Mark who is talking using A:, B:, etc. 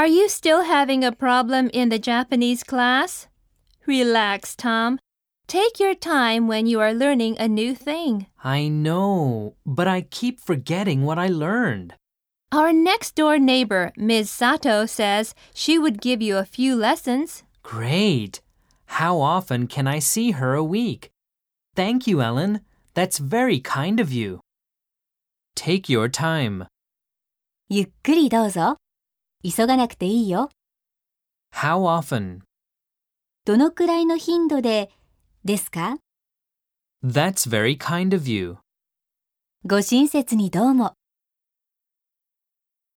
A: Are you still having a problem in the Japanese class? Relax, Tom. Take your time when you are learning a new thing.
B: I know, but I keep forgetting what I learned.
A: Our next door neighbor, Ms. Sato, says she would give you a few lessons.
B: Great. How often can I see her a week? Thank you, Ellen. That's very kind of you. Take your time.
C: ゆっくりどうぞ。急がなくていいよ。
B: How often?
C: どのくらいの頻度で、ですか
B: That's very kind of you.
C: ご親切にどうも。